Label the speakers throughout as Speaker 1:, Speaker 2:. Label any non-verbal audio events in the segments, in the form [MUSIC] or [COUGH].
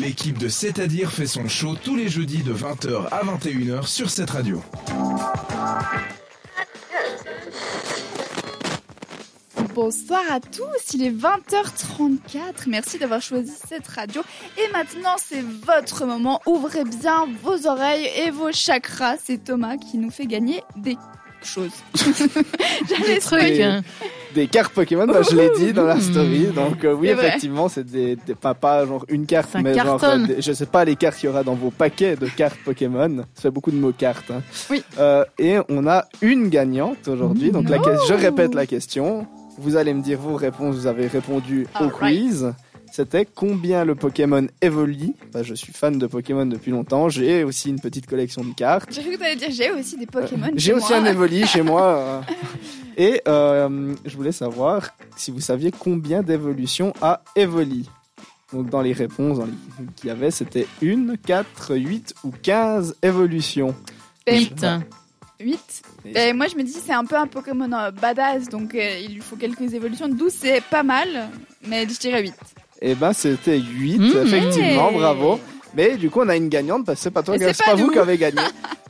Speaker 1: L'équipe de C'est-à-dire fait son show tous les jeudis de 20h à 21h sur cette radio.
Speaker 2: Bonsoir à tous, il est 20h34. Merci d'avoir choisi cette radio. Et maintenant, c'est votre moment. Ouvrez bien vos oreilles et vos chakras. C'est Thomas qui nous fait gagner des choses. [LAUGHS] J'allais spoiler.
Speaker 3: Des,
Speaker 4: hein,
Speaker 3: des cartes Pokémon, bah, je l'ai dit dans la story. Donc euh, oui,
Speaker 2: C'est vrai.
Speaker 3: effectivement, c'est des, des- pas, pas genre une carte,
Speaker 4: Ça
Speaker 3: mais genre,
Speaker 4: cartonne.
Speaker 3: euh, des- je sais pas les cartes qu'il y aura dans vos paquets de cartes Pokémon. Ça fait beaucoup de mots cartes. hein.
Speaker 2: Oui.
Speaker 3: Euh, et on a une gagnante aujourd'hui. Donc la
Speaker 2: No.
Speaker 3: que- je répète la question. Vous allez me dire vos réponses. Vous avez répondu au
Speaker 2: Alright.
Speaker 3: quiz. C'était combien le Pokémon évolue. Bah, je suis fan de Pokémon depuis longtemps. J'ai aussi une petite collection de cartes.
Speaker 2: J'ai cru que t'allais dire j'ai aussi des Pokémon.
Speaker 3: Euh, J'ai
Speaker 2: chez
Speaker 3: aussi
Speaker 2: moi.
Speaker 3: un Evoli chez
Speaker 2: [LAUGHS]
Speaker 3: moi. euh. Et euh, je voulais savoir si vous saviez combien d'évolutions a Evoli. Donc dans les réponses dans les- qu'il y avait, c'était 1, 4, 8 ou 15 évolutions.
Speaker 2: Ben,
Speaker 4: Vite.
Speaker 2: 8.
Speaker 3: Et-
Speaker 2: Et moi, je me dis, c'est un peu un Pokémon euh, badass, donc euh, il lui faut quelques évolutions. 12, c'est pas mal, mais je dirais 8.
Speaker 3: Et ben c'était 8,
Speaker 4: Mmh.
Speaker 3: effectivement, bravo. Mais du coup on a une gagnante parce que c'est pas toi,
Speaker 2: Et
Speaker 3: qui-
Speaker 2: c'est
Speaker 3: c'est
Speaker 2: pas
Speaker 3: pas, vous
Speaker 2: nous.
Speaker 3: qui avez gagné.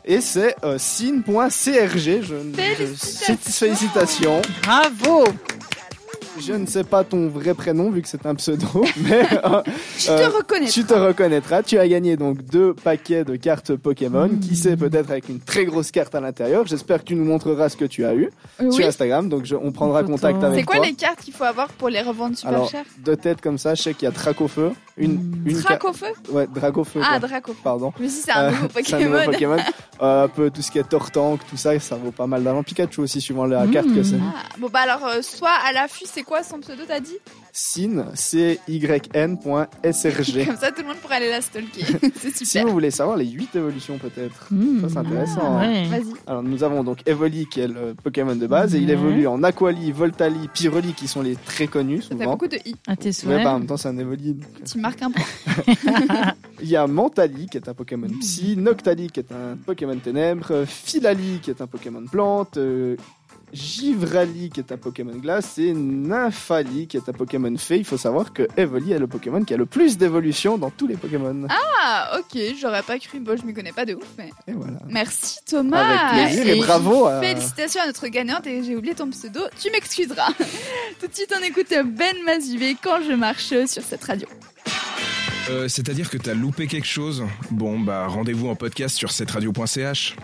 Speaker 3: Et c'est euh, sin.crg. Je,
Speaker 2: Félicitations.
Speaker 3: je- félicitations.
Speaker 4: Bravo.
Speaker 3: Je ne sais pas ton vrai prénom vu que c'est un pseudo, [LAUGHS] mais euh,
Speaker 2: Je
Speaker 3: Euh,
Speaker 2: te reconnais.
Speaker 3: Tu te reconnaîtras, tu as gagné donc deux paquets de cartes Pokémon, qui
Speaker 2: Hmm.
Speaker 3: sait peut-être avec une très grosse carte à l'intérieur. J'espère que tu nous montreras ce que tu as eu
Speaker 2: Oui.
Speaker 3: sur Instagram, donc je- on prendra
Speaker 4: Photo.
Speaker 3: contact avec
Speaker 2: C'est quoi
Speaker 3: toi.
Speaker 2: les cartes qu'il faut avoir pour les revendre super
Speaker 3: Alors,
Speaker 2: cher
Speaker 3: deux têtes comme ça, je sais qu'il y a Dracofeu, une, une carte,
Speaker 2: Dracofeu
Speaker 3: ouais, Dracofeu,
Speaker 2: Ah,
Speaker 3: quoi.
Speaker 2: Draco.
Speaker 3: pardon.
Speaker 2: Mais si c'est un nouveau
Speaker 3: Euh, c'est un nouveau
Speaker 2: Pokémon. [LAUGHS]
Speaker 3: Pokémon. Euh, un peu tout ce qui est Tortank, tout ça, ça vaut pas mal d'argent. Pikachu aussi, suivant la
Speaker 4: Mm.
Speaker 3: carte que c'est.
Speaker 2: Ah, bon, bah alors, euh, soit à l'affût, c'est quoi son pseudo, t'as dit
Speaker 3: Sin,
Speaker 2: [LAUGHS]
Speaker 3: C-Y-N.SRG.
Speaker 2: Comme ça, tout le monde pourra aller la
Speaker 3: [LAUGHS]
Speaker 2: stalker. [LAUGHS] c'est
Speaker 3: Si
Speaker 2: super.
Speaker 3: vous voulez savoir les 8 évolutions peut-être. Ça, c'est
Speaker 2: Ah,
Speaker 3: intéressant. hein.
Speaker 4: Hmm. Ah Ouais.
Speaker 2: Vas-y.
Speaker 3: Alors nous avons donc Evoli qui est le Pokémon de base et il
Speaker 2: Mhm.
Speaker 4: Ouais.
Speaker 3: évolue en Aquali, Voltali, Pyroli qui sont les très connus
Speaker 2: T'as
Speaker 3: souvent.
Speaker 2: beaucoup de i.
Speaker 4: À tes
Speaker 3: Mais
Speaker 4: souhaits.
Speaker 3: bah, en même temps c'est un Evoli. donc.
Speaker 2: Tu marques un point.
Speaker 3: Il y a Mentali qui est un Pokémon
Speaker 2: Mhm.
Speaker 3: Psy, Noctali qui est un Pokémon Ténèbres, euh, Philali qui est un Pokémon Plante, euh, Givrali qui est un Pokémon Glace et Nymphali qui est un Pokémon Fée. Il faut savoir que Evoli est le Pokémon qui a le plus d'évolutions dans tous les Pokémon.
Speaker 2: Ah, ok, j'aurais pas cru. Bon, je m'y connais pas de ouf, mais.
Speaker 3: Et voilà.
Speaker 2: Merci Thomas.
Speaker 3: Avec plaisir et
Speaker 4: et
Speaker 3: bravo à...
Speaker 2: Félicitations à notre gagnante et j'ai oublié ton pseudo, tu m'excuseras. [LAUGHS] Tout de suite on écoute Ben Mazubé quand je marche sur cette radio.
Speaker 1: Euh, C'est-à-dire que t'as loupé quelque chose Bon, bah rendez-vous en podcast sur cette radio.ch.